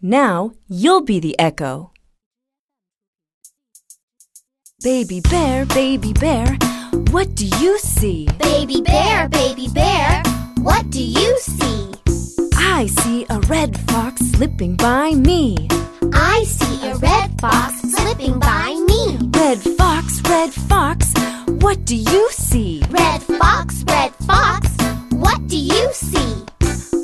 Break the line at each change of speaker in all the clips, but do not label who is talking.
Now you'll be the echo. Baby bear, baby bear, what do you see?
Baby bear, baby bear, what do you see?
I see a red fox slipping by me.
I see a red fox slipping by me.
Red fox, red fox, what do you see?
Red fox, red fox, what do you see?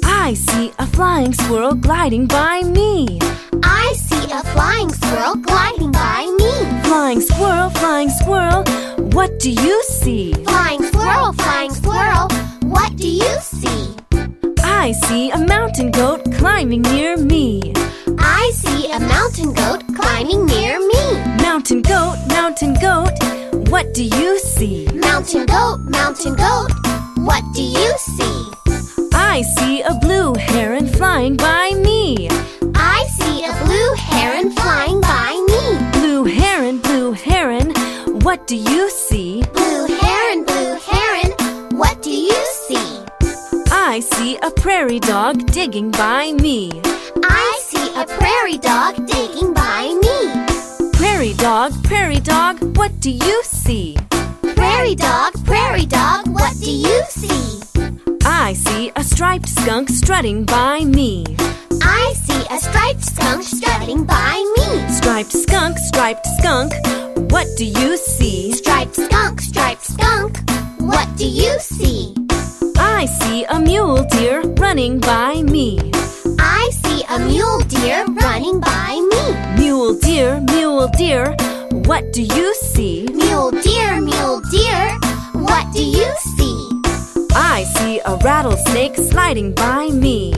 I see a flying squirrel gliding by me.
I see a flying squirrel gliding by me.
Flying squirrel, flying squirrel, what do you see?
Flying squirrel, flying squirrel, what do you see?
I see a mountain goat climbing near me.
I see a mountain goat climbing near me.
Mountain goat, mountain goat, what do you see?
Mountain goat, mountain goat, what do you see?
I see a blue heron flying by me.
I see a blue heron flying by me.
Blue heron, blue heron, what do you see?
Blue heron, blue heron, what do you see?
I see a prairie dog digging by me.
I see a prairie dog digging by me.
Prairie dog, prairie dog, what do you see?
Prairie dog, prairie dog, what do you see?
I see a striped skunk strutting by me.
I see a striped skunk strutting by me.
Striped skunk, striped skunk, what do you see?
Striped skunk, striped skunk, what do you see?
I see a mule deer running by me.
I see a mule deer running by me.
Mule deer, mule deer, what do you see?
Mule deer, mule deer, what do you see?
I see a rattlesnake sliding by me.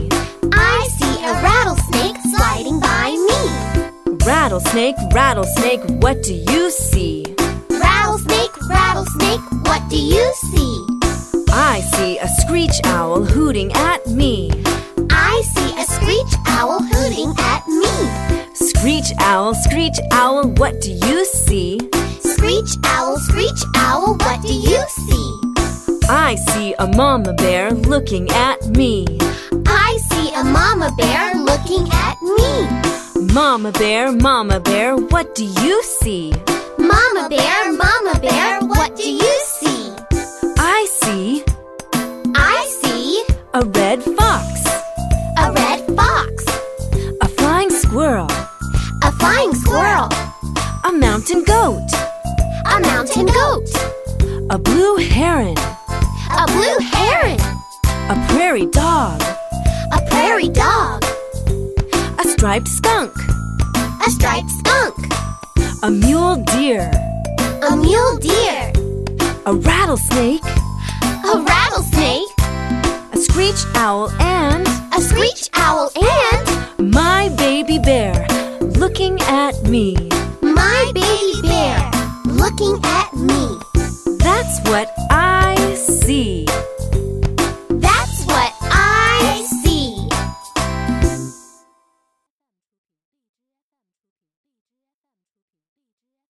I see a rattlesnake sliding by me.
Rattlesnake, rattlesnake, what do you see?
Rattlesnake, rattlesnake, what do you see?
I see a screech owl hooting at me.
I see a screech owl hooting at me.
Screech owl, screech owl, what do you see?
Screech owl, screech owl, what do you see?
I see a mama bear looking at me.
I see a mama bear looking at me.
Mama bear, mama bear, what do you see?
Mama bear, mama bear, what do you see?
I see
I see
a red fox,
a red fox,
a flying squirrel,
a flying squirrel,
a mountain goat,
a mountain goat,
a blue heron,
a blue heron,
a prairie dog,
a prairie dog,
a striped skunk,
a striped skunk,
a mule deer,
a mule deer,
a rattlesnake,
a rattlesnake,
a screech owl, and
a screech owl, and
my baby bear looking at me.
my baby bear looking at me.
That's what I see.